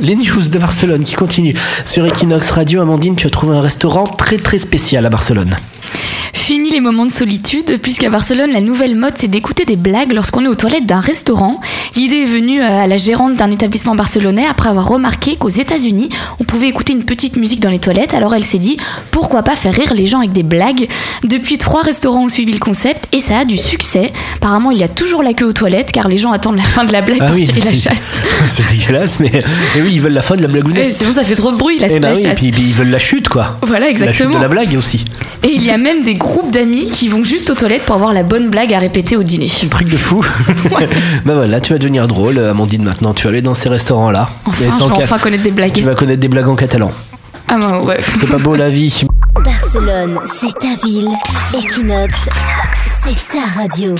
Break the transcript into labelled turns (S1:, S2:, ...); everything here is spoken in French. S1: Les news de Barcelone qui continuent sur Equinox Radio. Amandine, tu as trouvé un restaurant très très spécial à Barcelone.
S2: Fini les moments de solitude, puisqu'à Barcelone, la nouvelle mode, c'est d'écouter des blagues lorsqu'on est aux toilettes d'un restaurant. L'idée est venue euh, à la gérante d'un établissement barcelonais après avoir remarqué qu'aux États-Unis, on pouvait écouter une petite musique dans les toilettes. Alors elle s'est dit, pourquoi pas faire rire les gens avec des blagues Depuis, trois restaurants ont suivi le concept et ça a du succès. Apparemment, il y a toujours la queue aux toilettes car les gens attendent la fin de la blague
S1: Ah
S2: pour
S1: oui,
S2: tirer la
S1: c'est-
S2: chasse.
S1: C'est dégueulasse, mais et oui, ils veulent la fin de la
S2: Eh,
S1: blagounette.
S2: sinon, ça fait trop de bruit, là, c'est
S1: Eh ben
S2: la
S1: oui, et
S2: chasse.
S1: puis, puis ils veulent la chute, quoi.
S2: Voilà,
S1: La chute
S2: exactement.
S1: de la blague aussi.
S2: Et il y a même des groupes d'amis qui vont juste aux toilettes pour avoir la bonne blague à répéter au dîner.
S1: Truc de fou.
S2: Ouais.
S1: bah voilà, tu vas devenir drôle, Amandine, maintenant. Tu vas aller dans ces restaurants-là.
S2: Enfin,
S1: Et sans
S2: je vais
S1: ca-
S2: enfin connaître des blagues.
S1: Tu vas connaître des blagues en catalan.
S2: Ah ben, ouais.
S1: C'est pas beau la vie.
S3: Barcelone, c'est ta ville. Equinox, c'est ta radio.